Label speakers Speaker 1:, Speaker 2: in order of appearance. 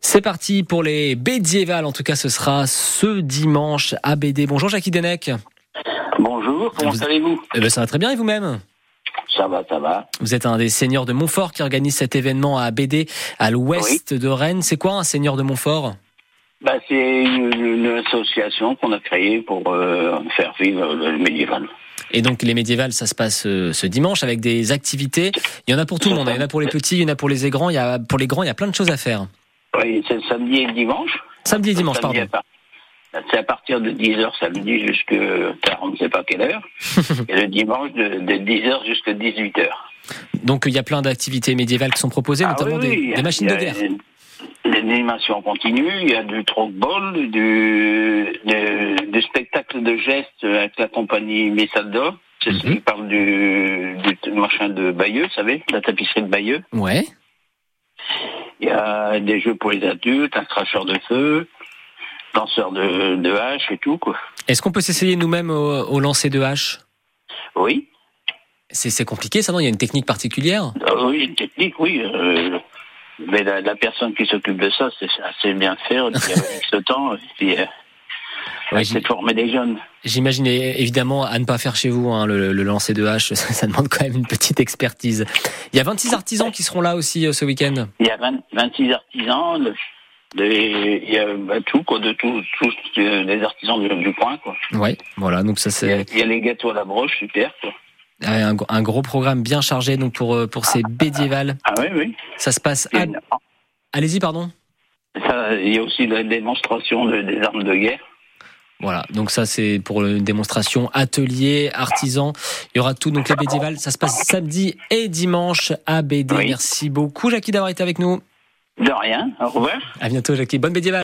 Speaker 1: C'est parti pour les Bédiévales. En tout cas, ce sera ce dimanche à BD. Bonjour, Jackie Denec.
Speaker 2: Bonjour, comment
Speaker 1: Vous-
Speaker 2: allez-vous
Speaker 1: Eh ben, ça va très bien et vous-même
Speaker 2: Ça va, ça va.
Speaker 1: Vous êtes un des seigneurs de Montfort qui organise cet événement à BD à l'ouest de Rennes. C'est quoi un seigneur de Montfort
Speaker 2: Bah, c'est une, une association qu'on a créée pour euh, faire vivre le médiéval.
Speaker 1: Et donc les médiévales, ça se passe euh, ce dimanche avec des activités. Il y en a pour tout le monde. Il y en a pour les petits, il y en a pour les grands. Il y a pour les grands, il y a plein de choses à faire.
Speaker 2: Oui, c'est le samedi et le dimanche.
Speaker 1: Samedi et dimanche,
Speaker 2: Samedi
Speaker 1: pardon.
Speaker 2: à part- C'est à partir de 10h samedi jusque tard, on ne sait pas quelle heure. et le dimanche de, 10h jusqu'à 18h.
Speaker 1: Donc il y a plein d'activités médiévales qui sont
Speaker 2: Ah
Speaker 1: proposées, notamment des- des, machines de guerre.
Speaker 2: L'animation continue, il y a du troc-ball, du, de- du spectacle de gestes avec la compagnie Messaldo. C'est ce
Speaker 1: Mhm.
Speaker 2: qui parle du, du machin de Bayeux, vous savez, la tapisserie de Bayeux.
Speaker 1: Ouais.
Speaker 2: Il y a des jeux pour les adultes, un cracheur de feu, danseur de, de hache et tout, quoi.
Speaker 1: Est-ce qu'on peut s'essayer nous-mêmes au, au lancer de hache
Speaker 2: Oui,
Speaker 1: C'est c'est compliqué, ça non Il y a une technique particulière
Speaker 2: Ah oui, une technique, oui. euh, mais la, la personne qui s'occupe de ça, c'est assez bien faire, il y a ce temps, et puis euh,
Speaker 1: Ouais,
Speaker 2: c'est
Speaker 1: j'im-
Speaker 2: de former des jeunes.
Speaker 1: J'imagine eh, évidemment à ne pas faire chez vous hein, le, le lancer de hache. Ça, ça demande quand même une petite expertise. Il y a 26 artisans qui seront là aussi euh, ce week-end.
Speaker 2: Il y a 20 26 artisans, de, de- il y a bah, tout, quoi, de tous tous euh, les artisans du, du coin. Quoi.
Speaker 1: Ouais. Voilà, donc ça
Speaker 2: Il, y a,
Speaker 1: c'est
Speaker 2: il y a les gâteaux à la broche, super. Quoi.
Speaker 1: un, gros- un gros programme bien chargé donc pour euh, pour ces bédiévales.
Speaker 2: Ah oui, oui.
Speaker 1: Ça se passe.
Speaker 2: Il y
Speaker 1: À...
Speaker 2: a une- ah,
Speaker 1: Allez-y, pardon.
Speaker 2: ça, il y a aussi la démonstration de- des armes de guerre.
Speaker 1: Voilà, donc ça c'est pour une démonstration atelier, artisan, il y aura tout. Donc les Bédiévales, ça se passe samedi et dimanche à BD.
Speaker 2: Oui.
Speaker 1: Merci beaucoup Jackie d'avoir été avec nous.
Speaker 2: De rien, au revoir.
Speaker 1: À bientôt Jackie, bonne Bédiévale.